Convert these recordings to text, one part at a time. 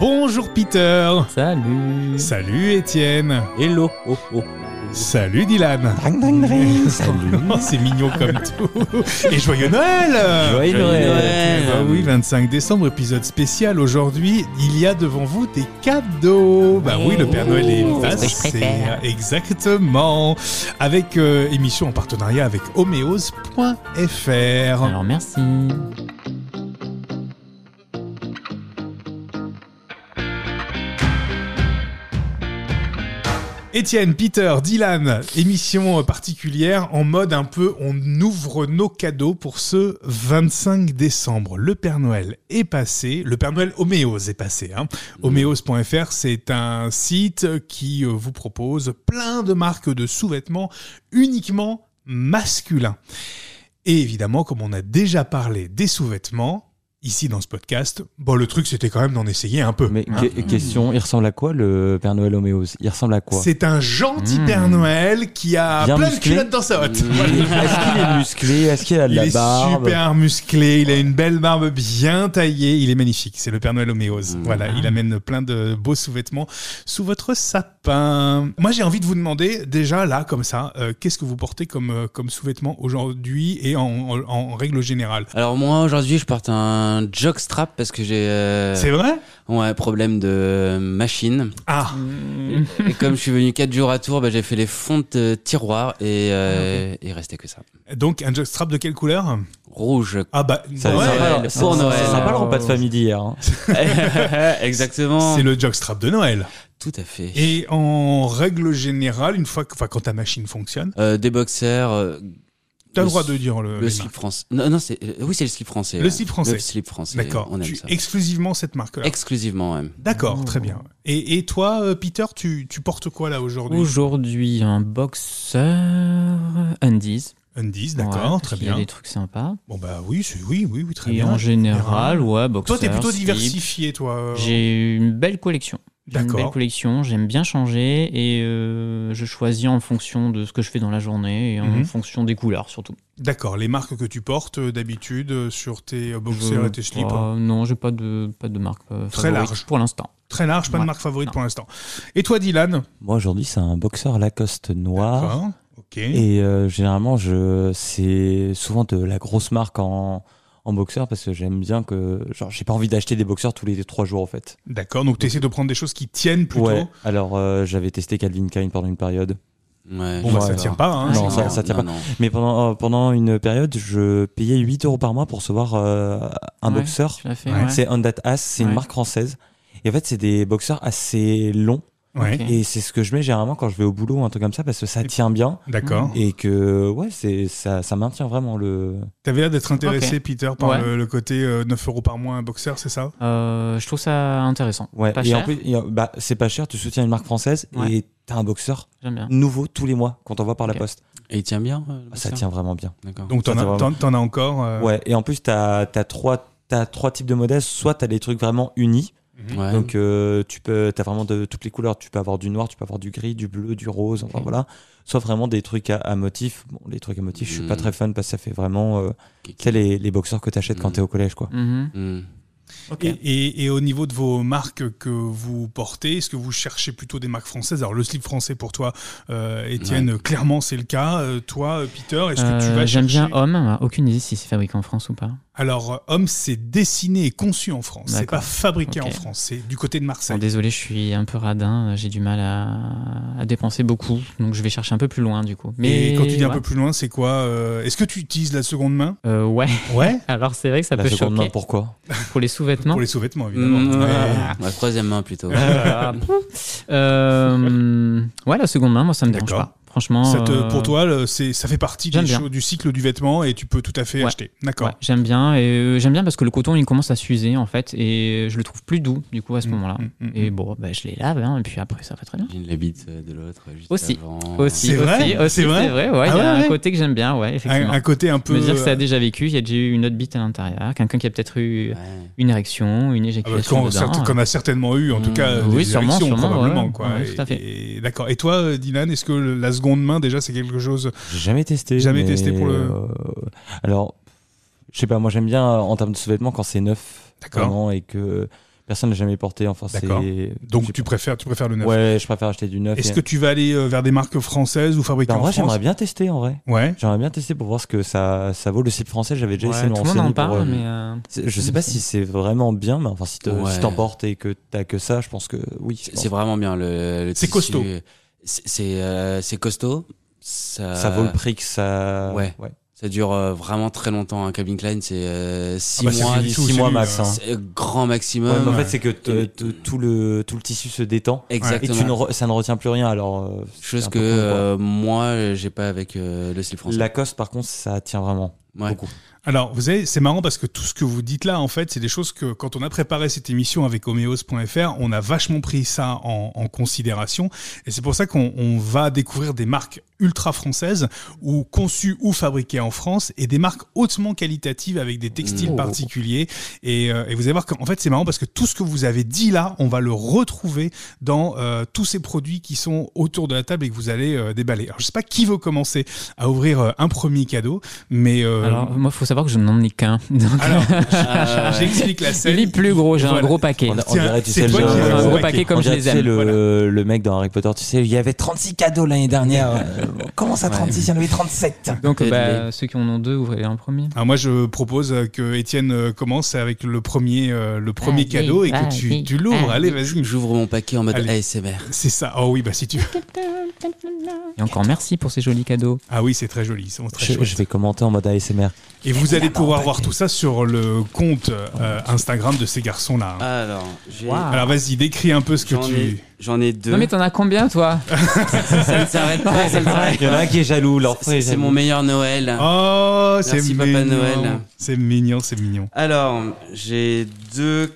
Bonjour Peter. Salut. Salut Étienne. Hello. Oh, oh. Salut Dylan. Dang, dang, dang. Oh, c'est mignon comme tout. Et joyeux Noël. Joyeux Noël. Bah oui, 25 décembre, épisode spécial. Aujourd'hui, il y a devant vous des cadeaux. Bah oui, le Père Noël est Oh, c'est ce que je passé. préfère. Exactement. Avec euh, émission en partenariat avec homéose.fr. Alors merci. Étienne, Peter, Dylan, émission particulière en mode un peu on ouvre nos cadeaux pour ce 25 décembre. Le Père Noël est passé, le Père Noël Homéose est passé. Hein. Homéose.fr, c'est un site qui euh, vous propose plein de marques de sous-vêtements uniquement masculins. Et évidemment, comme on a déjà parlé des sous-vêtements, ici dans ce podcast, bon, le truc c'était quand même d'en essayer un peu. Mais hein. que- question, il ressemble à quoi le Père Noël Homéos Il ressemble à quoi C'est un gentil Mmh. Père Noël qui a Bien plein musclé. de culottes dans sa hotte. Voilà. Il est- Est-ce qu'il est musclé Est-ce qu'il a de Il la est barbe super musclé, il a une belle barbe bien taillée, il est magnifique. C'est le Père Noël Homéose. Hmm. Voilà, il amène plein de beaux sous-vêtements sous votre sapin. Moi, j'ai envie de vous demander, déjà là, comme ça, euh, qu'est-ce que vous portez comme, euh, comme sous-vêtements aujourd'hui et en, en- en règle générale Alors moi aujourd'hui je porte un jockstrap parce que j'ai euh, C'est vrai ouais, problème de machine Ah, et comme je suis venu 4 jours à Tours bah, j'ai fait les fonds de tiroir et Ah, euh, il restait que ça. donc un jockstrap de quelle couleur Rouge. Ah bah, Ça, ouais, c'est sympa, Noël, le- c'est pour c'est Noël. sympa le repas de famille d'hier. hein. Exactement. c'est le jockstrap de Noël. Tout à fait. Et en règle générale, une fois que, enfin, quand ta machine fonctionne, Euh, des boxers. euh, t'as le Le droit s- de dire le, le les slip marques. français. Non, non, c'est euh, oui, c'est le slip français. Le ouais. slip français. Le slip français. D'accord. On aime Tu- ça. Exclusivement cette marque-là. Exclusivement, ouais. D'accord, très bien. Et, et toi, euh, Peter, tu, tu portes quoi là aujourd'hui Aujourd'hui, un boxeur undies. Undies, d'accord, Ouais, très Il y a bien. des trucs sympas. Bon bah oui, c'est- oui, oui, oui, très Et bien. en général, ouais, boxeur. toi, t'es plutôt slip. diversifié, toi. euh, J'ai une belle collection. J'ai une D'accord. belle collection, j'aime bien changer et euh, je choisis en fonction de ce que je fais dans la journée et en Mhm. fonction des couleurs surtout. D'accord, les marques que tu portes euh, d'habitude euh, sur tes euh, boxers Je- et tes slips. Euh, non, j'ai pas de, pas de marque euh, Très favorite large. pour l'instant. Très large, pas de Ouais. marque favorite Non. pour l'instant. Et toi, Dylan Moi aujourd'hui c'est un boxeur Lacoste noir. D'accord, ok. Et euh, généralement je c'est souvent de la grosse marque en en boxeur parce que j'aime bien que genre j'ai pas envie d'acheter des boxeurs tous les trois jours en fait. D'accord, donc tu essaies de prendre des choses qui tiennent plutôt. Ouais. Alors euh, j'avais testé Calvin Klein pendant une période, Ouais. Bon, bah, ça Ouais. tient pas. Hein, Ah, Non, c'est ça- clair. ça tient non, pas. non. mais pendant euh, pendant une période je payais 8 euros par mois pour recevoir euh, un Ouais, boxeur. Tu l'as fait, Ouais. ouais. C'est On That Ass, c'est une Ouais. marque française. Et en fait c'est des boxeurs assez longs Ouais, Ok. et c'est ce que je mets généralement quand je vais au boulot ou un truc comme ça parce que ça tient bien Oh. d'accord. Mm. et que ouais c'est ça ça maintient vraiment le T'avais l'air d'être intéressé, Peter, par Ouais. le, le côté euh, 9 euros par mois un boxer, c'est ça Euh, je trouve ça intéressant. Ouais, Pas et cher. en plus, et, euh, bah, c'est pas cher, tu soutiens une marque française Ouais. et t'as un boxeur J'aime bien. nouveau tous les mois qu'on t'envoie par la Ok. poste. Et il tient bien. euh, le Ah, ça boxer tient vraiment bien. D'accord. Donc t'en Ça, as, c'est vraiment- t'en- t'en as encore euh, Ouais, et en plus, t'as as trois, t'as trois types de modèles. Soit t'as des trucs vraiment unis, Ouais. donc euh, tu peux, t'as vraiment de toutes les couleurs. Tu peux avoir du noir, tu peux avoir du gris, du bleu, du rose, enfin Ok. voilà. Soit vraiment des trucs à, à motifs. Bon, les trucs à motifs, je suis pas Hmm. Mm. très fan parce que ça fait vraiment, euh, Qui- tu sais, les, les boxeurs que t'achètes Hmm. quand Mm. t'es au collège, quoi. Mhm. Hmm. Ok. Et, et- et au niveau de vos marques que vous portez, est-ce que vous cherchez plutôt des marques françaises Alors le slip français pour toi, euh, Étienne, clairement c'est le cas. Euh, toi, euh, Peter, est-ce que tu Euh, vas J'aime chercher- bien Homme, aucune idée si c'est fabriqué en France ou pas. Alors euh, Homme, c'est dessiné et conçu en France. C'est D'accord. pas fabriqué Ok. en France. C'est du côté de Bon, Marseille. désolé, je suis un peu radin, euh, j'ai du mal à, à dépenser beaucoup, donc je vais chercher un peu plus loin du coup. Mais et quand tu dis un ouais. peu plus loin, c'est quoi euh, Est-ce que tu utilises la seconde main Euh, ouais, Ouais. alors c'est vrai que ça La peut seconde main, choquer pourquoi pour les sous-vêtements. Pour les sous-vêtements, évidemment. Mm. Mm. Hmm, Mais- ouais. Ouais, troisième main plutôt. Euh, euh, ouais, la seconde main, moi ça me dérange D'accord. pas. Franchement, Ça te- euh, pour toi, le- c'est, ça fait partie des J'aime bien. choses- du cycle du vêtement et tu peux tout à fait Ouais. acheter. D'accord. ouais, j'aime bien et euh, j'aime bien parce que le coton il commence à s'user en fait et je le trouve plus doux du coup à ce moment-là. Mm, mm, mm, Et bon, bah, je les lave hein, et puis après ça va très bien. L'une la bite euh, de l'autre. euh, juste Aussi. avant. Aussi, C'est vrai aussi, aussi, C'est vrai ouais, il Ah y a ouais, Ah, un ouais. côté que j'aime bien, ouais, un, effectivement. un côté un peu. euh, Me dire que ça a déjà vécu, il y a déjà eu une autre bite à l'intérieur, quelqu'un qui a peut-être eu Ouais. une érection, une Ah bah, éjaculation qu'on, dedans. hein. certes- qu'on a certainement eu, en tout Mm. cas, Oui, des sûrement, érections, sûrement, probablement. ouais. quoi. Ouais, tout à fait. Et, et- d'accord. Et toi, euh, Dylan, est-ce que le- la seconde main, déjà, c'est quelque chose. J'ai jamais testé. Jamais mais, testé pour le- euh, alors, je sais pas, moi j'aime bien euh, en termes de sous-vêtements quand c'est neuf. D'accord. vraiment, et que. personne n'a jamais porté. Enfin, c'est. D'accord. Donc j'ai tu pas- préfères, tu préfères le neuf. Ouais, je préfère acheter du neuf. Est-ce et- que tu vas aller euh, vers des marques françaises ou fabriquées Ben, en en vrai, France j'aimerais bien tester en vrai. Ouais. J'aimerais bien tester pour voir ce que ça, ça vaut le site français. J'avais déjà Ouais, essayé de tout me le monde en renseigner pour, parle, euh, mais euh, c'est- Je sais pas si c'est vraiment bien, mais enfin, si te- Ouais. si t'emportes et que t'as que ça, je pense que oui. je C'est pense. c'est vraiment bien. Le, le C'est tissu. costaud. C'est c'est, euh, c'est costaud. Ça, Ça vaut le prix que ça. euh, ouais. Ça dure euh, vraiment très longtemps. Un Calvin Klein, c'est euh, six Ah bah, c'est mois, du tout, six c'est mois du, max, euh, hein. c'est grand Ouais, mais maximum. en Ouais. fait, c'est que te- te- tout le tout le tissu se détend et Exactement. tu ne re- ça ne retient plus rien. Alors, euh, c'est Chose un peu que con, quoi. euh, moi, j'ai pas avec euh, le slip français. Lacoste, par contre, ça tient vraiment Ouais. beaucoup. Alors, vous savez, c'est marrant parce que tout ce que vous dites là, en fait, c'est des choses que, quand on a préparé cette émission avec homéos.fr, on a vachement pris ça en, en considération. Et c'est pour ça qu'on on va découvrir des marques ultra françaises, ou conçues ou fabriquées en France, et des marques hautement qualitatives avec des textiles Oh. particuliers. Et, euh, et vous allez voir qu'en fait, c'est marrant parce que tout ce que vous avez dit là, on va le retrouver dans euh, tous ces produits qui sont autour de la table et que vous allez euh, déballer. Alors, je sais pas qui veut commencer à ouvrir euh, un premier cadeau, mais... euh, alors moi, faut savoir que je n'en ai qu'un. Donc, alors, Ah, ouais. j'explique la scène. les plus gros, j'ai un Voilà. gros paquet. On, a- on Tiens, dirait, tu c'est sais, toi le- J'ai qui as un un gros gros paquet paquet. comme on je dirait, tu les sais, aime. le, Voilà. le mec dans Harry Potter, tu sais, il y avait 36 cadeaux l'année dernière. Euh, Comment ça Ouais. 36 Il y en avait 37. Donc Et bah, ceux qui en ont deux, ouvrez un premier. Alors moi, je propose euh, que Étienne euh, commence avec le premier, euh, le premier Vas-y, cadeau et que tu, vas-y, tu l'ouvres. vas-y. Allez, vas-y. J'ouvre mon paquet en mode Allez. ASMR. C'est ça. Oh oui, bah si tu. Et encore merci pour ces jolis cadeaux. Ah oui, c'est très joli. Ils sont très Je, chouettes. je vais commenter en mode ASMR. Et vous allez pouvoir voir tout ça sur le compte euh, Instagram de ces garçons-là. hein. Ah. Alors, j'ai- Waouh. Alors vas-y, décris un peu ce que j'en ai, tu. j'en ai deux. Non mais t'en as combien toi ça ne s'arrête pas. ça ne s'arrête Il y en a un qui est jaloux. pas. C'est c'est mon meilleur Noël. Oh, c'est Merci, mignon. Papa Noël. C'est mignon, c'est mignon. Alors, j'ai deux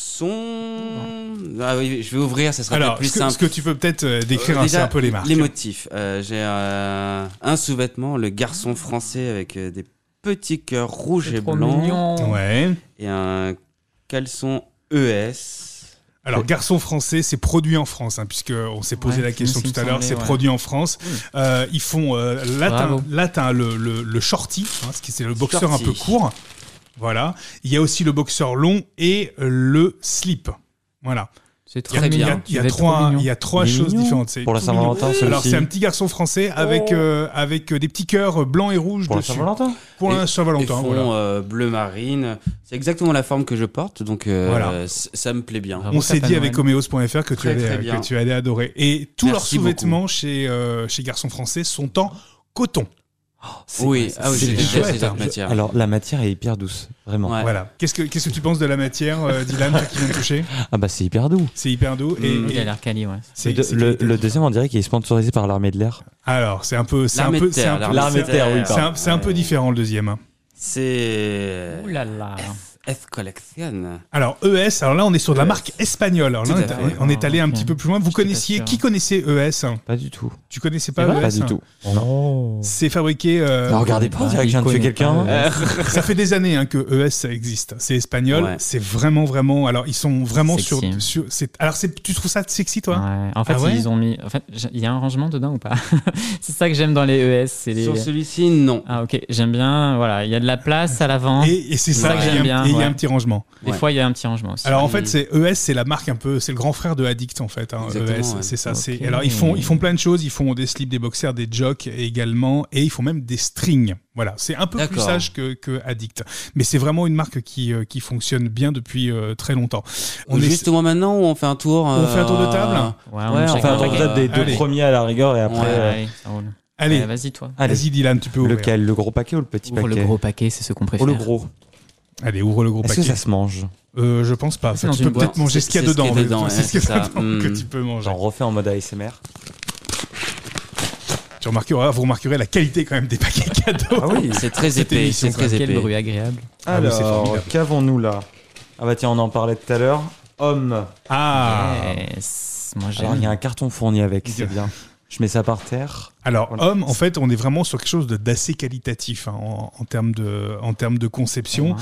caleçons. Ah oui, je vais ouvrir, ça sera peut-être Alors, plus ce que, simple. ce que tu peux peut-être euh, décrire Euh, ainsi déjà, un peu les marques. Les motifs. Euh, j'ai euh, un sous-vêtement, le garçon français avec euh, des petits cœurs rouges et Trop blancs. mignon. Ouais. Et un caleçon E ES. Alors, garçon français, c'est produit en France, hein, puisque on s'est posé Ouais, la question ça me tout à l'heure. C'est semblait, ouais. produit en France. Euh, ils font euh, là, t'as- Bravo. là, t'as le, le, le shorty, hein, ce qui c'est le boxeur Shorty. un peu court. Voilà. Il y a aussi le boxeur long et le slip. Voilà. C'est Il y trop a, il y a- mignon. il y a Tu vas être trop trois, mignon. il y a trois Il est choses mignon. différentes. C'est Pour la tout mignon. Saint-Valentin, c'est Alors aussi- c'est un petit garçon français avec euh, avec euh, des petits cœurs blancs et rouges Pour la dessus. Saint-Valentin Pour la Et Saint-Valentin. fond voilà. euh, bleu marine. C'est exactement la forme que je porte, donc euh, Voilà. c- ça me plaît bien. Bravo. On s'est Papa dit Ah, Noël. avec homeos.fr que, tu Très, très allais- bien. que tu allais adorer. Et tous leurs Merci sous-vêtements chez, euh, chez Garçons Français sont en coton. C'est- Oui, ah oui, c'est j'ai des déjà jouettes, ces hein. autres matières. Alors, la matière est hyper douce, vraiment. Ouais. Voilà. Qu'est-ce que Qu'est-ce que tu penses de la matière, euh, Dylan, toi qui viens de toucher Ah bah, c'est hyper doux. C'est hyper doux. Et, Mm. et Il a l'air quali, ouais. c'est- Le, de- c'est le- qualitatif. le deuxième, on dirait qu'il est sponsorisé par l'armée de l'air. Alors, c'est un peu. C'est un L'armée peu. de C'est un, terre, peu- l'armée de c'est- terre, oui, c'est un- c'est un peu Ouais. différent le deuxième. hein. C'est Euh, Ouh là là. F Collection. Alors ES, alors là on est sur de la ES. marque espagnole. Alors là, E Tout à on est- fait. Mm. on est allé un Ok. petit peu plus loin. Vous J'étais pas connaissiez sûr. qui connaissait ES hein Pas du tout. Tu connaissais Eh ben, pas ES Pas du tout. C'est fabriqué. euh, Ah, regardez pas, on dirait que je viens de tuer quelqu'un. Eh, Ça fait des années hein, que ES ça existe. C'est espagnol. Ouais. C'est vraiment, vraiment. Alors, ils sont vraiment sur. Sexy. sur c'est- alors, c'est- tu trouves ça sexy, toi Ouais. En fait, Ah ouais ils ont mis. En fait, j- il y a un rangement dedans ou pas C'est ça que j'aime dans les ES. C'est les... Sur celui-ci, non. Ah ok, j'aime bien. Voilà, il y a de la place à l'avant. Et, et c'est C'est ça, ça que il y a j'aime un- bien, et il y ouais. a un petit rangement. Des Ouais. fois, il y a un petit rangement aussi. Alors en Mm. fait, c'est ES, c'est la marque un peu, c'est le grand frère de Addict en fait. hein, Exactement, ES, ouais. c'est ça. Ok. C'est alors ils font, ils font plein de choses. Ils font des slips, des boxers, des jocks également, et ils font même des strings. Voilà, c'est un peu plus D'accord. sage que, que Addict, mais c'est vraiment une marque qui, euh, qui fonctionne bien depuis euh, très longtemps. On est- Justement maintenant ou on fait un tour On fait un tour de euh, table Ouais, on Ouais, chacun enfin, Enfin, notre on va- on côté. tape des deux Allez. premiers à la rigueur et Ouais, après. euh, ouais, ça roule. Allez, Ouais, Vas-y toi. Allez, vas-y Dylan, tu peux ouvrir. lequel Le gros paquet ou le petit Ouvre le paquet gros paquet, c'est ce qu'on Ou préfère. le gros Allez, ouvre le gros Est-ce que paquet. ça se mange Euh, je pense pas. C'est Enfin, dans tu une peux peut-être boîte. manger ce qu'il y a C'est- c'est ce dedans. qu'il y a mais dedans, C'est ce qu'il y a ouais, c'est ça. dedans que Mm. tu peux manger. J'en refais en mode ASMR. Ah Tu remarqueras, vous remarquerez la qualité quand même des paquets Ah cadeaux. oui, c'est très Cette épais, émission, c'est quoi. très Quel épais. bruit agréable. Ah oui, c'est Alors, formidable. qu'avons-nous là Ah bah tiens, on en parlait tout à l'heure. Homme. Ah, Yes. Moi Alors, il y a j'aime. un carton fourni avec, Ok. c'est bien. Je mets ça par terre. Alors, Voilà. homme, en fait, on est vraiment sur quelque chose de- d'assez qualitatif hein, en, en termes de, en termes de conception. Wow.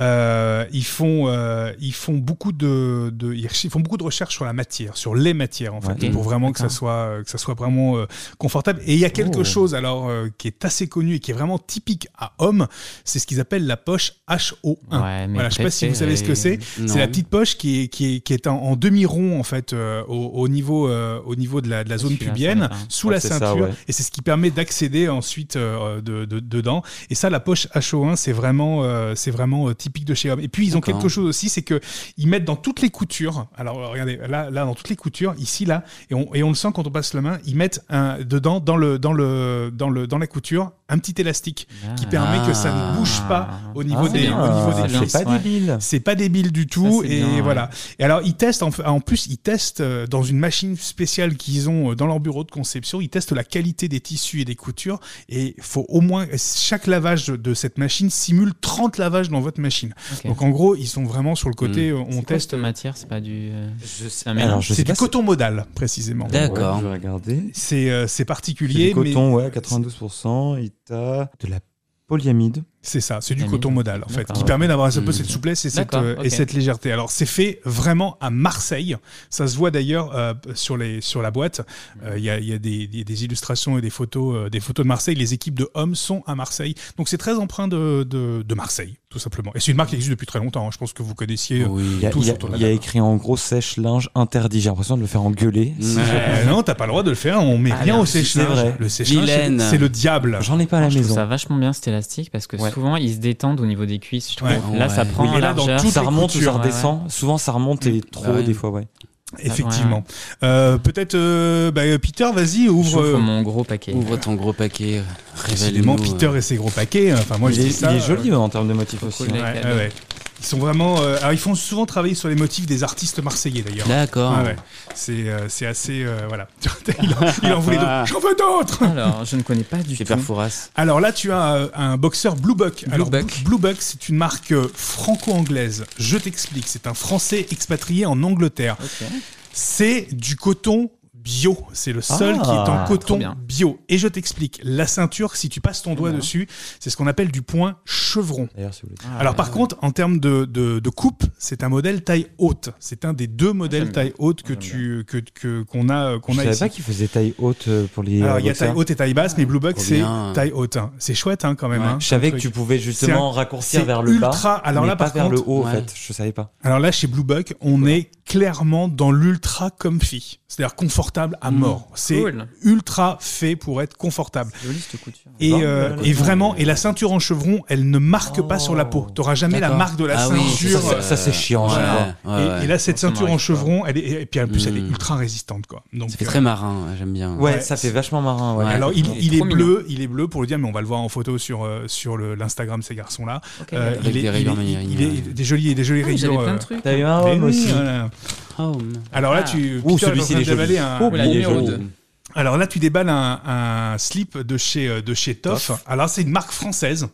Euh, ils font, euh, ils font beaucoup de, de- ils rechi- font beaucoup de recherches sur la matière, sur les matières en fait, Ouais. pour vraiment que ça D'accord. soit, euh, que ça soit vraiment euh, confortable. Et il y a quelque Oh. chose alors euh, qui est assez connu et qui est vraiment typique à homme, c'est ce qu'ils appellent la poche HO1. Ah, Ouais, mais euh, Voilà, je sais pas si vous savez ce que c'est. préféré. C'est la petite poche qui est, qui est, qui est en, en demi-rond en fait euh, au, au niveau, euh, au niveau de la, de la zone Celui-là, ça pubienne, va pas. sous Ouais, la c'est ça, ceinture, ouais. et c'est ce qui permet d'accéder ensuite euh, de, de- dedans. Et ça, la poche HO1, c'est vraiment, euh, c'est vraiment euh, typique de chez homme. Et puis ils ont D'accord. quelque chose aussi, c'est que ils mettent dans toutes les coutures. Alors euh, regardez, là, là dans toutes les coutures, ici, là, et on, et on le sent quand on passe la main, ils mettent un, dedans, dans le, dans le, dans le, dans la couture, un petit élastique qui Ah. permet que ça Ah. ne bouge pas au niveau Ah, des, bien. au niveau des cuisses. bien. C'est pas Ouais. débile. C'est pas débile du tout. c'est et bien, ouais. voilà. Et alors, ils testent, en, fa- en plus, ils testent euh, dans une machine spéciale qu'ils ont euh, dans leur bureau de conception, ils testent la qualité des tissus et des coutures. Et faut au moins, chaque lavage de- de cette machine simule 30 lavages dans votre machine. Ok. Hmm. Donc, en gros, ils sont vraiment sur le côté, euh, C'est on quoi teste. cette matière, c'est pas du. euh, Je sais. C'est un Alors, mélange. je C'est sais du pas. si- coton modal, précisément. D'accord. Ouais, je vais regarder. C'est euh, c'est C'est du particulier, mais coton, ouais, 92%. Et t'as de la polyamide. c'est ça, c'est du Amine. coton modal en fait, D'accord, qui ouais. permet d'avoir un peu Mm. cette souplesse et cette, D'accord, euh, et ok. cette légèreté. Alors c'est fait vraiment à Marseille, ça se voit d'ailleurs euh, sur les sur la boîte. Euh, Il y a, il y a des, des- des illustrations et des photos euh, des photos de Marseille. Les équipes de hommes sont à Marseille, donc c'est très empreint de, de, de Marseille tout simplement. Et c'est une marque qui existe depuis très longtemps. hein. Je pense que vous connaissiez. Il y a, Tous il y a- autour de la il y a table. écrit en gros sèche-linge interdit. J'ai l'impression de le faire engueuler. Mm. Euh, non, t'as pas le droit de le faire. On met Ah, rien non, au si, c'est sèche-linge. vrai. Le sèche-linge, c'est- Vilaine. c'est le diable. J'en ai pas à la Ah, Je trouve maison. ça vachement bien cet élastique parce que Ouais. souvent ils se détendent au niveau des cuisses. Je trouve. Ouais. Là, ça Ouais. prend Oui, en et là, dans largeur. toutes ça les remonte ou ça coutures, ouais, redescend. Souvent, ça remonte et trop ouais. des fois, ouais. Effectivement. Euh, Peut-être, euh, bah, Peter, vas-y, Je ouvre. ouvre euh, mon gros paquet. Ouvre ton gros paquet. euh, Révèle-nous. Décidément, euh, Peter et ses gros paquets. hein. Enfin, moi, il, je dis est, ça. euh, il est joli hein. ouais, en termes de motifs aussi. cool. Ouais, Avec ouais, la- ouais. Ils sont vraiment. euh, alors, ils font souvent travailler sur les motifs des artistes marseillais, d'ailleurs. D'accord. Ouais, Ah ouais. C'est euh, c'est assez. euh, voilà. il, en, il en voulait d'autres. J'en veux d'autres Alors, je ne connais pas du C'est tout. Perforas. Alors là, tu as euh, un boxeur Blue Buck. Blue Alors, Buck. Bl- Blue Buck, c'est une marque euh, franco-anglaise. Je t'explique. C'est un Français expatrié en Angleterre. Ok. C'est du coton bio. C'est le seul Ah, qui est en trop coton bien. bio. Et je t'explique. La ceinture, si tu passes ton doigt bien. dessus, c'est ce qu'on appelle du point chevron. D'ailleurs, si vous voulez. Ah, Alors ouais. par contre, en termes de, de- de coupe, c'est un modèle taille haute. C'est un des deux modèles j'aime taille haute que J'aime tu que que- qu'on a euh, qu'on Je a savais ici. pas qu'il faisait taille haute euh, pour les. Alors euh, il y a boxeurs. taille haute et taille basse, mais Blue Buck Trop c'est bien. taille haute. hein. C'est chouette hein, quand même. Ouais, hein, Je savais que comme tu truc. pouvais justement C'est raccourcir vers le bas. ultra. Alors mais là pas par vers le contre, haut en ouais. fait. Je savais pas. alors là chez Blue Buck, on est clairement dans l'ultra comfy, c'est-à-dire confortable à Mm. Mmh, mort. C'est cool. ultra fait pour être confortable. C'est joli cette couture. Et, Bon, euh, bah, et écoute, vraiment, euh, et la ceinture en chevron, elle ne marque pas sur la peau. Oh. T'auras jamais la D'accord. marque de la Ah oui, ceinture. ça, euh, ça, ça, c'est chiant. je Ouais, vois. hein. ouais, et, ouais. et là, cette Ça ceinture en m'arrive pas. chevron, elle est, et puis en plus, elle est Mm. ultra résistante, quoi. Donc, Ça fait euh, très marin, ouais, j'aime bien. Ouais, Ouais, ça c'est- fait vachement marin. ouais. Ouais. alors, il, d'accord. il est Trop mignon. bleu, il est bleu pour le dire, mais on va le voir en photo sur euh, sur le- l'Instagram de ces garçons-là. Ok, Euh, d'accord. il est, des il est- rayures maniérines, il est- ouais. des jolis, des jolis Ah, mais J'avais rayures, plein euh, de trucs. T'as eu un mais homme oui, aussi. voilà. Home. Alors là, Ah. tu Oh, Peter est en celui-ci, train il est de déballer joli. un- Oh, Oula, il est joli. jaune. Alors là, tu déballes un, un slip de chez, euh, de chez Toff. Alors c'est une marque française.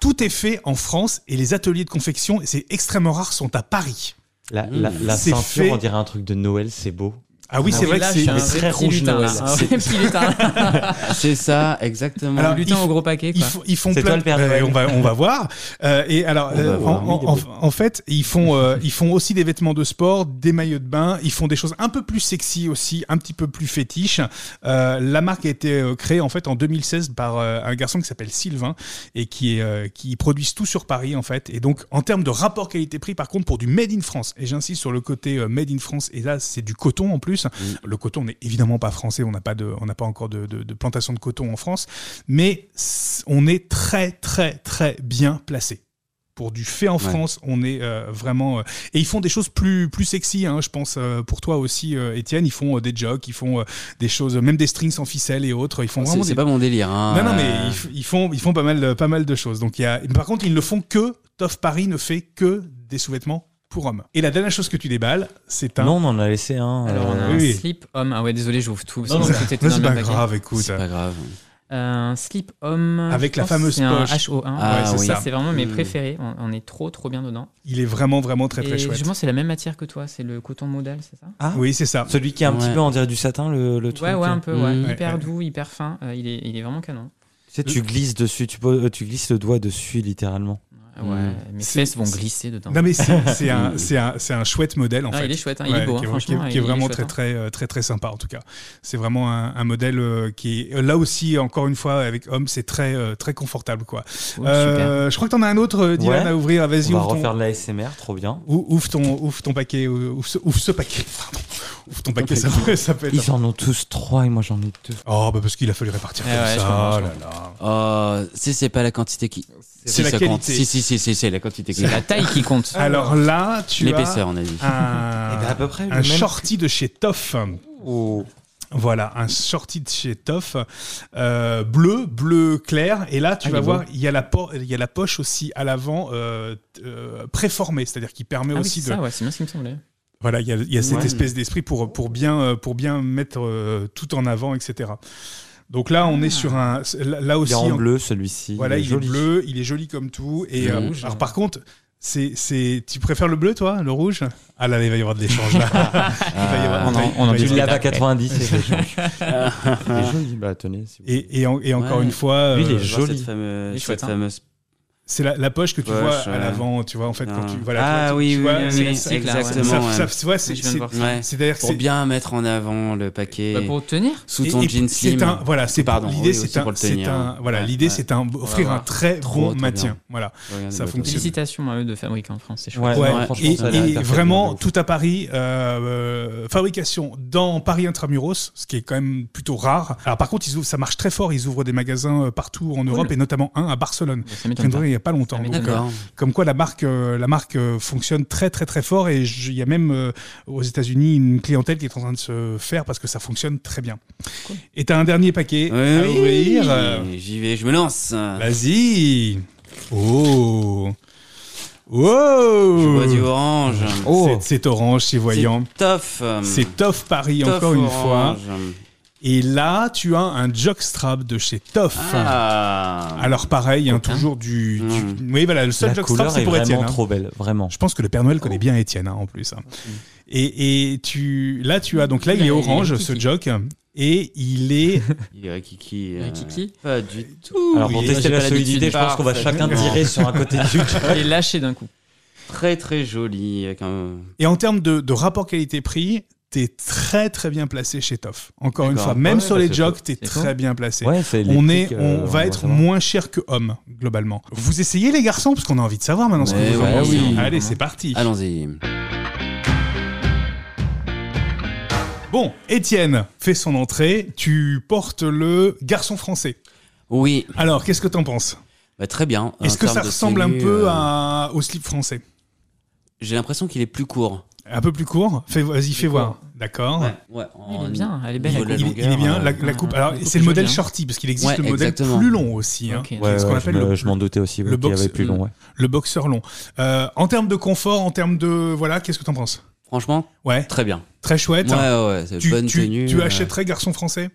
Tout est fait en France et les ateliers de confection, c'est extrêmement rare, sont à Paris. La, la, la Mmh. C'est ceinture, fait- on dirait un truc de Noël, c'est beau. Ah oui, Ah c'est oui, vrai là, que je suis c'est... un vrai c'est très petit rouge, lutin, Noël. là. Ah ouais, petit lutin. C'est ça, exactement. Alors, Le il lutin faut- au gros paquet, Ils, quoi. font, ils font C'est plein toi le Père euh, Noël. on va on va voir Euh, et alors On va euh, voir. en, en- en- en fait ils font euh, ils font aussi des vêtements de sport des maillots de bain ils font des choses un peu plus sexy aussi un petit peu plus fétiche Euh, la marque a été euh, créée en fait en 2016 par euh, un garçon qui s'appelle Sylvain et qui est euh, qui produisent tout sur Paris en fait et donc en termes de rapport qualité prix par contre pour du made in France et j'insiste sur le côté euh, made in France et là c'est du coton en plus le coton n'est évidemment pas français on n'a pas de on n'a pas encore de- de- de plantation de coton en France mais s- on est très très très bien placé. Pour du fait en Ouais. France, on est euh, vraiment euh, et ils font des choses plus plus sexy. hein, je pense euh, pour toi aussi, euh, Étienne, ils font euh, des jokes, ils font euh, des choses, même des strings sans ficelle et autres. Ils font C'est vraiment. Ah, c'est Des... pas mon délire. hein. Non non mais Euh, ils, f- ils font ils font pas mal de- pas mal de choses. Donc il y a par contre ils ne font que Toff Paris ne fait que des sous-vêtements pour hommes. Et la dernière chose que tu déballes, c'est un. Non, on en a laissé un. euh, Alors, on a un oui. slip homme. Ah ouais, désolé, j'ouvre tout. Non, non, parce que c'était mais dans c'est le pas paquet. grave, écoute. C'est pas grave. Un slip homme. Avec je la pense fameuse que c'est un poche. HO1. Ah, Ouais, c'est oui. ça. c'est vraiment mes Euh. Hmm. préférés. On, on est trop, trop bien dedans. Il est vraiment, vraiment très, très Et chouette. je pense que c'est la même matière que toi. C'est le coton modal, c'est ça Oui, c'est ça. Celui qui est un petit Ouais. peu, on dirait du satin, le, le truc. Ouais, ouais, un peu. ouais. Hmm. Ouais, Hyper ouais. doux, hyper fin. Euh, il, est, il est vraiment canon. Tu sais, tu glisses dessus, tu, poses- euh, tu glisses le doigt dessus, littéralement. Ouais, Hmm. mes C'est- fesses vont glisser dedans. Non, mais c'est c'est un, c'est un, c'est un chouette modèle, en Ah, fait. il est chouette, hein, il Ouais, est beau, qui est, hein, qui est- franchement. qui il est est vraiment chouette, très, très hein. euh, très très sympa en tout cas. C'est vraiment un, un modèle euh, qui est là aussi encore une fois avec homme, c'est très euh, très confortable quoi. Ouais, super. Euh, je crois que t'en as un autre euh, Dylan Ouais. à ouvrir. Vas-y on va ouvre ton, refaire de l'ASMR, trop bien. ou- ouvre ton ouvre ton paquet ou- ouvre ce, ouvre ce paquet. Pardon. Ouvre ton paquet ça, peut- ça peut être. Ils en ont tous trois et moi j'en ai deux. Oh bah parce qu'il a fallu répartir Eh comme ouais, je ça. comprends, je oh là là. Oh, si c'est pas la quantité qui. C'est si, la ça qualité. compte. Si, si, si, si, c'est la quantité qui. C'est la taille qui compte. Alors là tu as L'épaisseur, on a dit. un, Eh ben, à peu près le un même. shorty de chez Toff. Voilà, un shorty de chez Toff, euh, bleu, bleu clair. Et là, tu Ah, il vas est voir, il y, a la po- il y a la poche aussi à l'avant euh, t- euh, préformée, c'est-à-dire qui permet Ah oui, aussi c'est de. ça, ouais, c'est bien ce qui me semblait. Voilà, il y a, il y a cette Ouais. espèce d'esprit pour, pour, bien, euh, pour bien mettre euh, tout en avant, etc. Donc là, on est sur un. Là, là Il aussi, est en en- bleu celui-ci. voilà, il est, joli. bleu, il est joli comme tout. Et Le euh, rouge, alors, hein. par contre, c'est, c'est, tu préfères le bleu, toi, le rouge Ah là, il va y avoir de l'échange là. Ah, Il va y Ah, avoir- on en- il va on en y Tu avoir- discute. le laves à après. 90 et je change. Il est joli, bah tenez. si vous- Et, et en- et encore Ouais. une fois, Lui, il est euh, Je vois Joli. Cette fameuse. Il est chouette, cette hein. fameuse... C'est la, la poche que tu Poche, vois à ouais. l'avant, tu vois, en fait, quand tu voilà, tu vois, ah tu- oui, tu oui, vois, oui, c'est- hein. oui, c'est clair, ouais. ça- exactement. ça- tu vois, c'est Oui, je viens de c'est- voir ça. ouais. Ouais. c'est-à-dire que Pour c'est bien mettre en avant le paquet Bah, pour tenir sous et- ton et jean c'est slim. hein. un- voilà, c'est Pardon, l'idée, oui, c'est aussi un, pour le c'est tenir. hein. un- voilà, Ouais, l'idée, ouais. c'est un offrir voir. un très Trop, bon trop bien. maintien, voilà. Regardez, ça bah, fonctionne. possible. Félicitations à eux de fabriquer en France, c'est chouette. Ouais, Ouais, non, franchement, et, ça a et l'air hyper vraiment bien de ouf. tout à Paris, euh, euh, fabrication dans Paris intramuros, ce qui est quand même plutôt rare. Alors par contre, ils ouvrent, ça marche très fort, ils ouvrent des magasins euh, partout en Europe et notamment un à Barcelone. Ça Qui est m'étonne pas. ouvert Il n'y a pas longtemps. Ah, mais donc, euh, D'accord. comme quoi la marque, euh, la marque euh, fonctionne très très très fort et je- il y a même euh, aux États-Unis une clientèle qui est en train de se faire parce que ça fonctionne très bien. Cool. Et t'as un dernier paquet à Oui, ouvrir. Euh, J'y vais, je me lance. Vas-y. Oh. Je Oh. vois du orange. euh, C'est- C'est orange, c'est voyant. Toff. C'est Toff Paris encore une fois. Et là, tu as un jockstrap de chez Toff. Ah. Alors pareil, hein, Coquin. toujours du, du- Mm. Oui, voilà, le seul La jockstrap, couleur c'est est pour Étienne. vraiment hein. trop belle, vraiment. Je pense que le Père Noël connaît bien Étienne hein, en plus. hein. Et, et tu, là, tu as donc là, il Il est est orange kiki. ce jock et il est Il est Kiki. Il est Kiki. Pas du tout. Alors pour Il est tester pas la d'habitude solidité, je pense qu'on va chacun parfaitement. tirer sur un côté du Il est lâché d'un coup. Très très joli. euh, avec un- et en termes de, de rapport qualité-prix, t'es très très bien placé chez Toff. Encore une D'accord. fois, même Ouais, sur bah, les c'est jocks, t'es c'est très cool. bien placé. Ouais, c'est on les est, trucs, on euh, va être savoir. moins cher que homme globalement. Vous essayez les garçons parce qu'on a envie de savoir maintenant ce que Mais vous en ouais, pensez. oui. Allez, c'est parti. Allons-y. Bon, Étienne fait son entrée. Tu portes le garçon français. Oui, Alors, qu'est-ce que t'en penses bah, très bien. En Est-ce que termes ça de ressemble un tenue, peu euh, à- au slip français J'ai l'impression qu'il est plus court. Un peu plus court Fais, Vas-y, fais court. voir. D'accord. Ouais, en- Il est bien, elle est au belle. niveau la de Il, la coupe. il longueur, est bien. La, euh, la coupe. ouais, Alors, la coupe c'est le modèle jolie, hein. shorty parce qu'il existe Ouais, le modèle exactement. plus long aussi. hein. Ok. Ouais, ce qu'on ouais, appelle je me- le- je m'en doutais aussi, ouais, le qu'il y avait box- euh, plus long. ouais. Le boxeur long. Euh, en termes de confort, en termes de voilà, qu'est-ce que t'en penses Franchement, Ouais, très bien. très chouette. Ouais, ouais, ouais, c'est Tu, bonne tu- tenue. tu euh. achèterais garçon français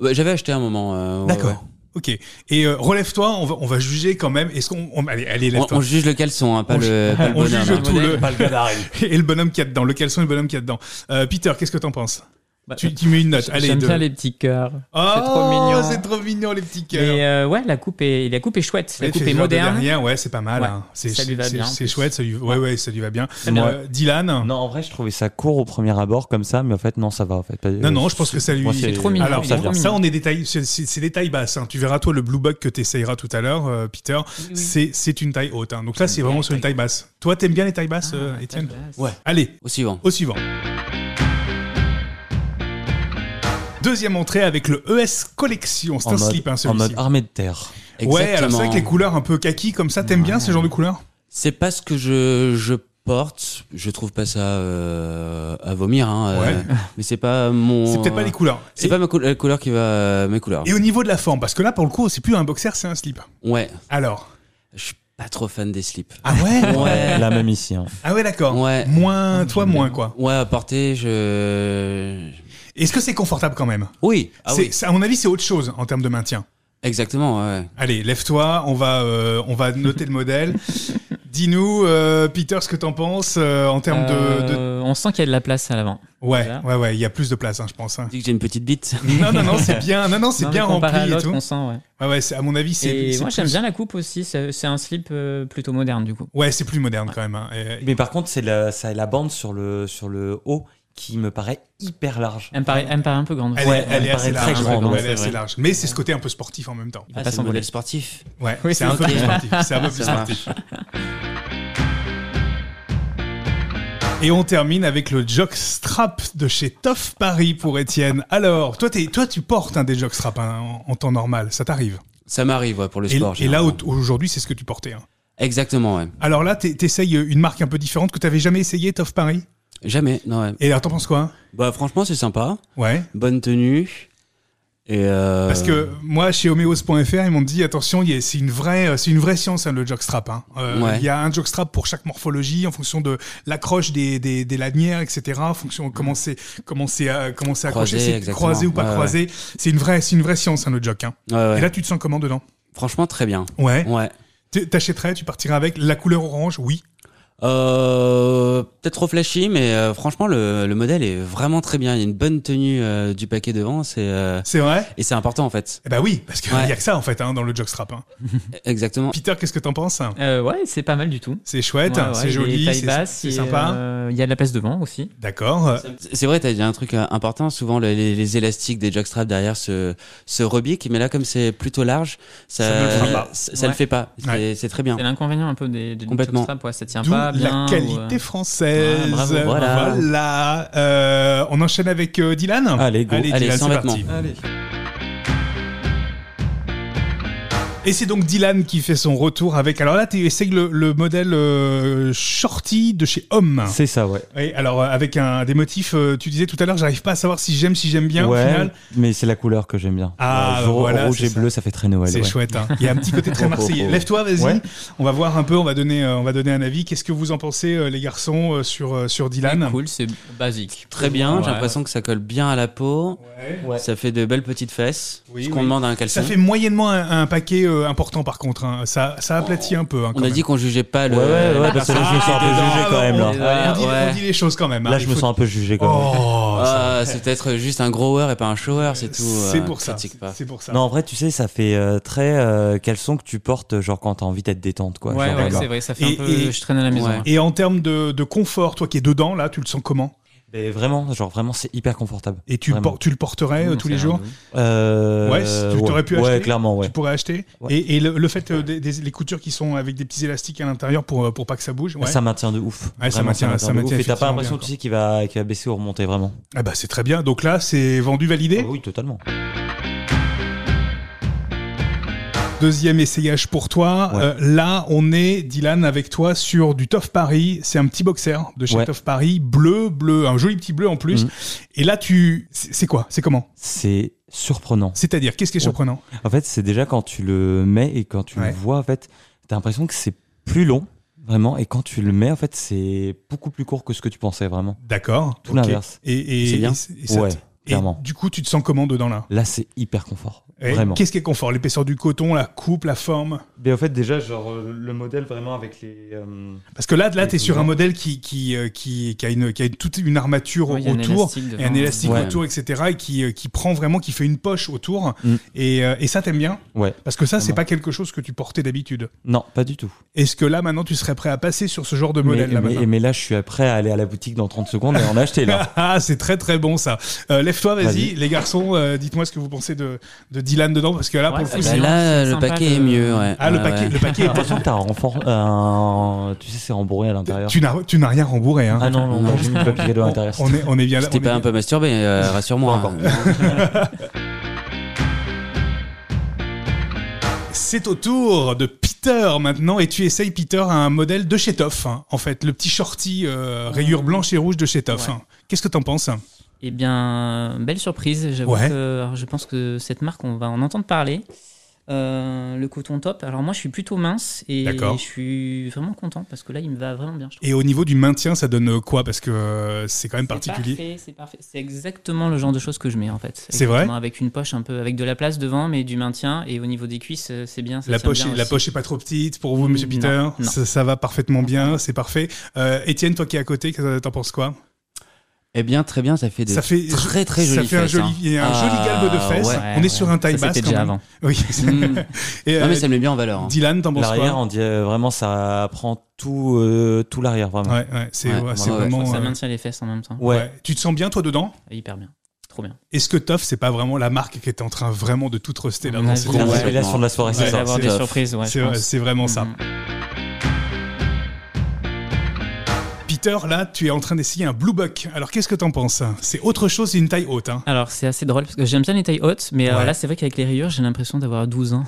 Ouais, J'avais acheté un moment. euh, ouais, D'accord. ouais. Ok. Et euh, relève-toi, on va, on va juger quand même. Est-ce qu'on. on- allez, allez, On, lève-toi. on juge le caleçon, hein, pas, On le, pas le on juge bonhomme. hein. tout, le- Pas le canari. et le bonhomme qui a dedans, le caleçon et le bonhomme qui a dedans. Euh, Peter, qu'est-ce que t'en penses Bah, tu, tu mets une note. Allez, J'aime deux. bien les petits cœurs. Oh, C'est trop mignon. C'est trop mignon, les petits cœurs. Mais euh, ouais, la coupe est, la coupe est chouette. La Ouais, coupe c'est est le genre de moderne. dernière, ouais, c'est pas mal. Ouais, hein. C'est, ça lui va c'est- bien, en c'est plus. chouette, ça lui, ouais, ouais, ça lui va bien. bien. Euh, Dylan Non, en vrai, je trouvais ça court au premier abord comme ça, mais en fait, non, ça va. En fait. Non, non, je pense que ça lui- C'est trop mignon, Alors, il est ça, trop ça, mignon. on est des tailles, c'est, c'est- c'est des tailles basses. hein. Tu verras, toi, le Blue Bug que tu essayeras tout à l'heure, euh, Peter, c'est, c'est une taille haute. hein. Donc là, c'est vraiment sur une taille basse. Toi, t'aimes bien les tailles basses, euh, Ah, Étienne ça, ça, Ouais. Allez, Au suivant. au suivant. Deuxième entrée avec le ES Collection. C'est En un mode, slip, hein, en celui-ci. mode armée de terre. ouais, alors c'est vrai Exactement. que les couleurs un peu kaki comme ça, t'aimes bien ce genre de couleurs C'est pas ce que je, je porte. Je trouve pas ça euh, à vomir. Hein, euh, mais c'est pas mon. C'est peut-être pas les couleurs. C'est Et- pas ma cou- la couleur qui va. euh, Mes couleurs. Et au niveau de la forme, parce que là, pour le coup, c'est plus un boxer, c'est un slip. Ouais. Alors. Je suis pas trop fan des slips. Ah ouais Ouais. La même ici. hein. Ah ouais, d'accord. Ouais. Moins, Ah, toi, moins, quoi. Ouais, à porter, je. Est-ce que c'est confortable quand même Oui. Ah C'est- oui. Ah ça, À mon avis, c'est autre chose en termes de maintien. Exactement, ouais. Allez, lève-toi, on va, euh, on va noter le modèle. Dis-nous, euh, Peter, ce que t'en penses euh, en termes de, de- Euh, On sent qu'il y a de la place à l'avant. Ouais, voilà. ouais, ouais, il y a plus de place, hein, je pense. hein. Dis que j'ai une petite bite. Non, non, non, c'est bien, non, non, c'est Non, bien mais comparé rempli à et l'autre, tout. On sent, ouais. Ouais, ouais, c'est- à mon avis, c'est. Et c'est moi, j'aime plus- bien la coupe aussi. C'est c'est un slip euh, plutôt moderne, du coup. Ouais, c'est plus moderne quand même. hein. Et- Mais par contre, c'est la, ça, la bande sur le, sur le haut qui me paraît hyper large. Elle me paraît, elle me paraît un peu grande. Elle, Ouais, est, elle me est paraît assez très large, grande, ouais, hein, elle est c'est assez vrai. large. Mais c'est ce côté un peu sportif en même temps. Il va pas Ah, c'est le s'envoler. modèle sportif. Ouais, Oui, c'est c'est un peu ok. plus sportif. C'est un peu plus Ça marche. sportif. Et on termine avec le jockstrap de chez Toff Paris pour Étienne. Alors, toi, t'es- toi tu portes un des jockstraps hein, en, en temps normal, ça t'arrive. Ça m'arrive, ouais, pour le Et, sport. et là, généralement. au- aujourd'hui, c'est ce que tu portais. hein. Exactement, ouais. Alors là, t'es- t'essayes une marque un peu différente que t'avais jamais essayé, Toff Paris. Jamais, non, ouais. Et alors, t'en penses quoi hein Bah, franchement, c'est sympa. Ouais. Bonne tenue. Et euh, Parce que moi, chez homeos.fr, ils m'ont dit attention, il y a- c'est une vraie, euh, c'est une vraie science hein, le jockstrap. hein. Euh, Ouais. Il y a un jockstrap pour chaque morphologie, en fonction de l'accroche des, des, des lanières, etc. En fonction de comment c'est comment c'est euh, comment c'est accroché, Croisé, c'est exactement. croisé ou pas Ouais, ouais. croisé. C'est une vraie, c'est une vraie science hein, le jock. hein. ouais, ouais. Et là, tu te sens comment dedans franchement, très bien. Ouais. Ouais. Tu- T'achèterais, tu partirais avec la couleur orange, oui. Euh, Peut-être trop flashy, mais euh, franchement, le, le modèle est vraiment très bien. Il y a une bonne tenue euh, du paquet devant, c'est euh, C'est vrai. et c'est important en fait. Eh ben oui, parce qu'il Ouais. y a que ça en fait hein, dans le jockstrap. hein. Exactement. Peter, qu'est-ce que t'en penses Euh, ouais, c'est pas mal du tout. C'est chouette, Ouais, ouais, c'est il est joli, taille c'est basse, c'est il est, sympa. euh, Il y a de la place devant aussi. D'accord. C'est vrai, t'as dit un truc euh, important. Souvent, le- les, les élastiques des jockstraps derrière se se rebiquent, mais là, comme c'est plutôt large, ça Ça ne le fera pas. ça, ça le Ouais. fait pas. C'est Ouais. c'est très bien. C'est l'inconvénient un peu des, des Complètement. jockstraps, ouais, ça tient D'où pas bien. la ou, qualité euh, française. Ouais, bravo, voilà. Voilà. Euh, on enchaîne avec euh, Dylan. Allez, go. Allez, Allez, Dylan, sans c'est vêtements. parti. euh. Et c'est donc Dylan qui fait son retour avec. Alors là, tu essayes le, le modèle euh, shorty de chez Homme. C'est ça, ouais. Oui, alors euh, avec un, des motifs, euh, tu disais tout à l'heure, j'arrive pas à savoir si j'aime, si j'aime bien au ouais, final. mais c'est la couleur que j'aime bien. Ah, Ouais, ro- voilà, rouge c'est et ça. bleu, ça fait très Noël. C'est ouais. chouette. hein. Il y a un petit côté très Oh, oh, marseillais. oh. Lève-toi, vas-y. Ouais. On va voir un peu. On va donner, euh, on va donner un avis. Qu'est-ce que vous en pensez, euh, les garçons, euh, sur euh, sur Dylan Cool, c'est basique. Très bien. J'ai Ouais. l'impression que ça colle bien à la peau. Ouais. Ça fait de belles petites fesses. Oui, ce qu'on oui. demande à un caleçon. Ça fait moyennement un, un paquet euh, important par contre. hein. Ça, ça aplatit un peu. hein, quand On a même. dit qu'on jugeait pas le. Ouais, ouais, ouais, parce que là, je me sens un peu Ah, jugé quand même. on- Là, On dit, Ouais. on dit les choses quand même. hein. là je Il me faut- sens un peu jugé quand même. Oh, ça- Ah, c'est peut-être juste un grower et pas un shower, c'est tout. c'est euh, pour ça. critique pas. C'est pour ça. Non, en vrai, tu sais, ça fait euh, très euh, caleçon que tu portes, genre quand t'as envie d'être détente, quoi. Ouais, Genre, ouais, d'accord. c'est vrai, ça fait Et- un peu. et- Je traîne à la maison. Ouais. hein. Et en termes de, de confort, toi qui es dedans, là, tu le sens comment Mais vraiment, genre vraiment, c'est hyper confortable. Et tu, le Vraiment. por- tu le porterais euh, Non, tous c'est les un jours doux. Euh, Ouais, si tu t'aurais pu ouais, acheter. clairement, ouais. Tu pourrais acheter Ouais. Et, et le, le fait euh, des, des- les coutures qui sont avec des petits élastiques à l'intérieur pour, euh, pour pas que ça bouge ouais. Ah, Ça maintient de ouf. Ouais, ça maintient- ça de maintient ouf. Et t'as effectivement pas l'impression, bien, tu sais, qu'il va, qu'il va baisser ou remonter vraiment. Ah bah c'est très bien. Donc là, c'est vendu, validé Ah Oh, oui, totalement. Deuxième essayage pour toi. Ouais. Euh, là, on est, Dylan, avec toi sur du Toff Paris. C'est un petit boxer de chez Ouais. Toff Paris. Bleu, bleu, un joli petit bleu en plus. Mhm. Et là, tu. C'est c'est quoi C'est comment C'est surprenant. C'est-à-dire, qu'est-ce qui est Ouais. surprenant En fait, c'est déjà quand tu le mets et quand tu Ouais. le vois, en fait, t'as l'impression que c'est plus long, vraiment. Et quand tu le mets, en fait, c'est beaucoup plus court que ce que tu pensais, vraiment. D'accord. Tout ok. l'inverse. Et, et, C'est bien. et c- et ça- Ouais, et clairement. du coup, tu te sens comment dedans là Là, c'est hyper confort. Et Vraiment. Qu'est-ce qui est confort L'épaisseur du coton, la coupe, la forme Mais en fait, déjà, genre, euh, le modèle vraiment avec les. euh, Parce que là, là tu es sur un Exactement. modèle qui, qui, euh, qui, qui a, une, qui a une- toute une armature Ouais, il y a un autour. élastique Et un devant. élastique Ouais. autour, etc. Et qui, euh, qui prend vraiment, qui fait une poche autour. Mm. Ah bah. Et, euh, et ça, t'aimes bien Ouais. Parce que ça, c'est Vraiment. pas quelque chose que tu portais d'habitude. Non, pas du tout. Est-ce que là, maintenant, tu serais prêt à passer sur ce genre de Mais- modèle là mais, maintenant mais là, je suis prêt à aller à la boutique dans 30 secondes et en acheter là. Ah, c'est très très bon ça. Euh, Lève-toi, vas-y, Vas-y. les garçons, euh, dites-moi ce que vous pensez de, de Dylan dedans, parce que là, pour Ouais, le coup, bah, c'est- Bah sinon, là, c'est le sympa paquet de- est mieux. Ouais. Ah, le Ouais, paquet, ouais. le paquet J'ai l'impression que t'as un renfort. un- tu sais, c'est rembourré à l'intérieur. Tu n'as tu n'as rien rembourré. Hein. Ah non, non, non, j'ai mis le papier cadeau à on, l'intérieur. on est, on est bien là. T'es on est pas un bien. peu masturbé, euh, rassure-moi. Pas encore. C'est au tour de Peter maintenant, et tu essayes, Peter, un modèle de chez Toff, hein, en fait, le petit shorty euh, rayures blanches et rouges de chez Toff. Ouais. hein. Qu'est-ce que t'en penses hein Eh bien, belle surprise. J'avoue Ouais. que alors, je pense que cette marque, on va en entendre parler. euh, le coton top. Alors moi, je suis plutôt mince et D'accord. je suis vraiment content parce que là, il me va vraiment bien. Je trouve. Et au niveau du maintien, ça donne quoi Parce que euh, c'est quand même C'est particulier. parfait, C'est parfait. C'est exactement le genre de choses que je mets en fait. C'est vrai Exactement, Avec une poche un peu, avec de la place devant, mais du maintien et au niveau des cuisses, euh, c'est bien. ça La tient poche, bien est- la aussi. poche est pas trop petite pour vous, Monsieur Non, Peter. non. Ça, ça va parfaitement bien, c'est parfait. Euh, Étienne, toi qui es à côté, qu'est-ce que t'en penses quoi Eh bien, très bien, ça fait des Ça fait très très ça jolies fait un fesses. joli, hein. il y a un joli Ah, galbe de fesses. ouais. On est sur un taille Ça, basse. C'était quand déjà même. avant. Oui. Mm. Et, Non, mais euh, ça me met bien en valeur. hein. Dylan, t'en penses L'arrière, quoi on dit euh, vraiment, ça prend tout, euh, tout l'arrière, vraiment. Ouais, ouais, c'est Ouais, ouais, c'est ouais, ouais, vraiment. Ça euh, maintient les fesses en même temps. Ouais. ouais. Tu te sens bien toi dedans Hyper bien. Trop bien. Est-ce que Toff, c'est pas vraiment la marque qui est en train vraiment de tout truster là On dans a cette vu. On émission est là sur de la soirée, Vous c'est Ouais, allez ça. avoir c'est des tough. surprises, ouais. je C'est pense. c'est vraiment ça. Mhm. Mm-hmm. Peter, là, tu es en train d'essayer un Blue Buck. Alors, qu'est-ce que t'en penses hein C'est autre chose, c'est une taille haute. Hein. Alors c'est assez drôle parce que j'aime bien les tailles hautes, mais euh, Ouais. là c'est vrai qu'avec les rayures j'ai l'impression d'avoir 12 ans.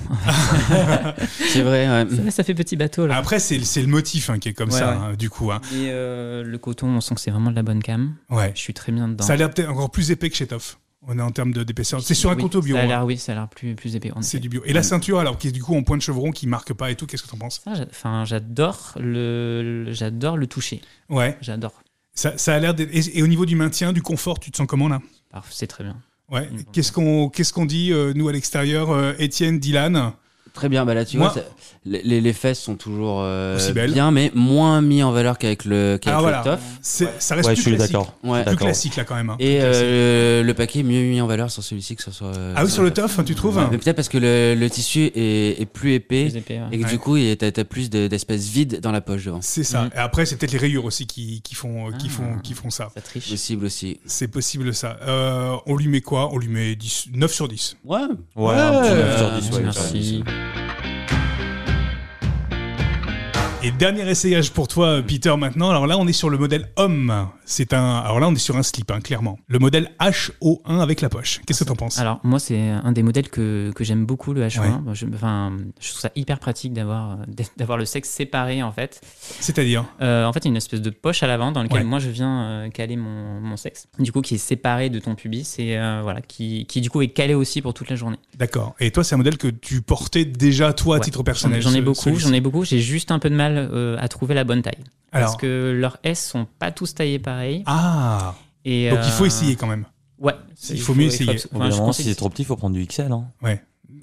C'est vrai, ouais. Là, ça fait petit bateau là. Après, c'est c'est le motif hein, qui est comme Ouais, ça, ouais. hein, du coup. Hein. Et euh, le coton, on sent que c'est vraiment de la bonne cam. Ouais. Je suis très bien dedans. Ça a l'air peut-être encore plus épais que chez Toff. On est en termes de- d'épaisseur. C'est sur un Oui, couteau bio. Ça a hein. l'air, oui, ça a l'air plus, plus épais. en C'est effet. du bio. Et la ceinture, alors, qui est du coup en point de chevron, qui marque pas et tout, qu'est-ce que t'en penses Ça, j'a- enfin, j'adore le, le- j'adore le toucher. Ouais. J'adore. Ça, ça a l'air. d'être- Et, et au niveau du maintien, du confort, tu te sens comment là Parf- C'est très bien. Ouais. Une bonne Qu'est-ce qu'on qu'est-ce qu'on dit, euh, nous, à l'extérieur euh, Étienne, Dylan Très bien, bah là, tu Moi- vois, ça- les, les- les fesses sont toujours euh, Aussi belles. bien, mais moins mis en valeur qu'avec le, qu'avec Ah, le voilà. toff. C'est- Ça reste Ouais, je plus suis classique. d'accord. Ouais. Plus D'accord. classique là, quand même. hein. Et Plus classique. euh, le paquet est mieux mis en valeur sur celui-ci que sur. sur, euh, ah oui, sur le toff. Toff, tu trouves Mais peut-être parce que le, le tissu est, est plus épais Plus épais, ouais. et que Ouais. du coup, il- t'as t'as plus de- d'espace vide dans la poche devant. C'est ça. Mhm. Et après, c'est peut-être les rayures aussi qui, qui font, euh, qui Ah. font, qui font ça. Ça triche. Le cible aussi. C'est possible ça. Euh, on lui met quoi On lui met 10, 9 sur 10. Ouais. Ouais, Euh, un petit Ouais. 9 sur 10, Merci. ouais, Et dernier essayage pour Mm. toi, Peter, maintenant. Alors là, on est sur le modèle homme. C'est un. Alors là, on est sur un slip, hein, clairement. Le modèle HO1 avec la poche. Qu'est-ce que t'en penses Alors moi c'est un des modèles que, que j'aime beaucoup le H1. Ouais. Moi, je, enfin, je trouve ça hyper pratique d'avoir euh, d'être- d'avoir le sexe séparé en fait. C'est-à-dire Euh, en fait, il y a une espèce de poche à l'avant dans laquelle Ouais. moi je viens euh, caler mon, mon sexe. Du coup, qui est séparé de ton pubis et euh, voilà, qui, qui du coup est calé aussi pour toute la journée. D'accord. Et toi, c'est un modèle que tu portais déjà, toi, à Ouais. titre J'en personnel ai- j'en ai ce- beaucoup, celui-ci. j'en ai beaucoup. J'ai juste un peu de mal euh, à trouver la bonne taille Alors. parce que leurs S sont pas tous taillés pareil. Ah Et, Donc il faut euh, essayer quand même. Ouais, Il faut mieux essayer. abso- Au enfin, bout je d'un moment, conseille- si c'est trop petit, il faut prendre du XL. Hein.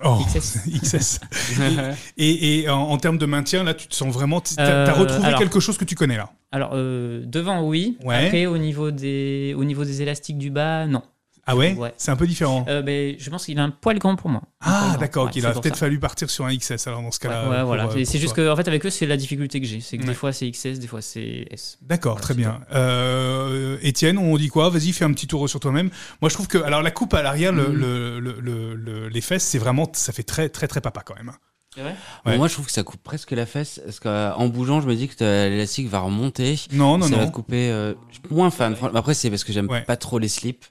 Oh XS. XS. Et, et en, en termes de maintien, là, tu te sens vraiment. T'as Euh, t'as retrouvé alors. quelque chose que tu connais là. Alors euh, devant oui, Ouais. après au niveau des au niveau des élastiques du bas non. Ah ouais, Ouais. C'est un peu différent. Euh, ben, je pense qu'il a un poil grand pour moi. Un poil Ah grand. d'accord, Ouais, ok. il c'est a pour peut-être ça. fallu partir sur un XS alors dans ce cas-là. Ouais, ouais, pour, voilà. euh, C'est- pour C'est juste toi. que, en fait, avec eux, c'est la difficulté que j'ai. C'est que Ouais. des fois, c'est XS, des fois, c'est S. D'accord, Voilà, très c'est bien. Euh, Étienne, on dit quoi Vas-y, fais un petit tour sur toi-même. Moi, je trouve que alors la coupe à l'arrière, le- Mhm. le- le- le- le- les fesses, c'est vraiment, ça fait très, très, très papa quand même. hein. Bon, Ouais. moi, je trouve que ça coupe presque la fesse parce qu'en bougeant, je me dis que t'as- l'élastique va remonter. Oh, Non, non, ça va non. te couper. euh, je suis moins fan. franchement. Après, c'est parce que j'aime Ouais. pas trop les slips.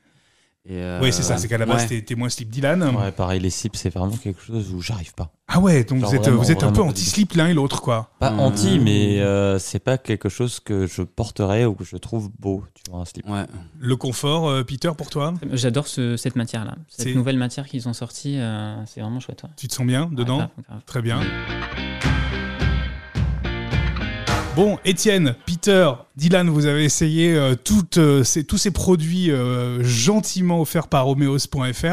Et, euh, Oui, c'est ça. C'est qu'à la base, ouais. t'es- t'es moins slip Dylan. Ouais, pareil, les cibles, c'est vraiment quelque chose où j'arrive pas. Ah ouais, donc Genre vous êtes, vraiment, vous êtes un peu vraiment anti-slip l'un et l'autre, quoi. Pas Mmh. anti, mais euh, c'est pas quelque chose que je porterais ou que je trouve beau, tu vois, un slip. Ouais. Le confort, euh, Peter, pour toi, J'adore ce- cette matière-là. C'est- Cette nouvelle matière qu'ils ont sortie, euh, c'est vraiment chouette. ouais. tu te sens bien dedans Ouais, grave, grave. Très bien. Bon, Étienne, Peter, Dylan, vous avez essayé euh, toutes, euh, ces- tous ces produits euh, gentiment offerts par homeos.fr.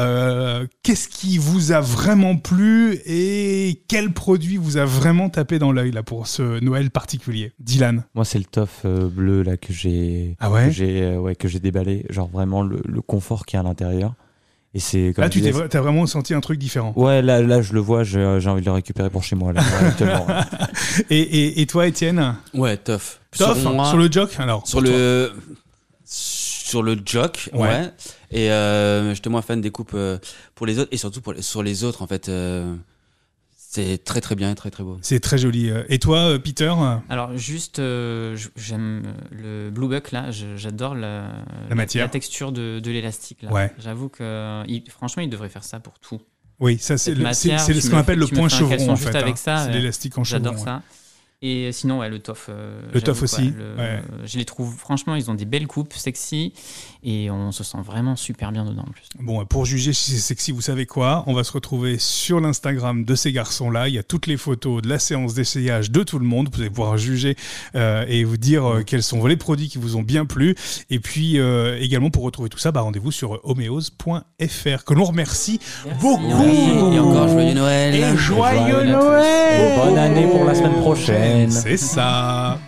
Euh, Qu'est-ce qui vous a vraiment plu et quel produit vous a vraiment tapé dans l'œil là pour ce Noël particulier Dylan. Moi, c'est le toff euh, bleu là que j'ai Ah que ouais j'ai euh, ouais, que j'ai déballé, genre vraiment le, le confort qu'il y a à l'intérieur. Et c'est comme Là, Ah, tu disais- t'es vra- t'as vraiment senti un truc différent. Ouais, là, là, je le vois, j'ai j'ai envie de le récupérer pour chez moi. Là, actuellement. Et, et- et toi, Étienne Ouais, tough. Toff, sur, sur, moi, sur le. le joke alors Sur pour toi. le, jock, Ouais. ouais. Et euh, j'étais moins fan des coupes euh, pour les autres et surtout pour, les- sur les autres, en fait. euh, c'est très très bien et très très beau. C'est très joli. Et toi, euh, Peter Alors, juste, euh, j- j'aime euh, le Blue Buck, là. Je- J'adore la, La matière. texture de, de l'élastique, là. Ouais. J'avoue que, euh, il- franchement, ils devraient faire ça pour tout. Oui, ça c'est Cette le- c'est matière, c'est tu ce me qu'on fais- appelle le tu me point fais un chevron caleçon en juste fait. avec hein. ça, c'est ouais. l'élastique en chevron. J'adore ouais. ça. Et sinon, ouais, le tof. euh, Le tof j'avoue, aussi, le- ouais. Je les trouve, franchement, ils ont des belles coupes, sexy, et on se sent vraiment super bien dedans en plus. Bon, bah, pour juger si c'est sexy, vous savez quoi On va se retrouver sur l'Instagram de ces garçons-là. Il y a toutes les photos de la séance d'essayage de tout le monde. Vous allez pouvoir juger euh, et vous dire euh, quels sont les produits qui vous ont bien plu. Et puis euh, également, pour retrouver tout ça, bah, rendez-vous sur homeos.fr que l'on remercie beaucoup. Merci, Et encore joyeux Noël. Et joyeux Joyeux Noël Et bonne année pour la semaine prochaine. C'est ça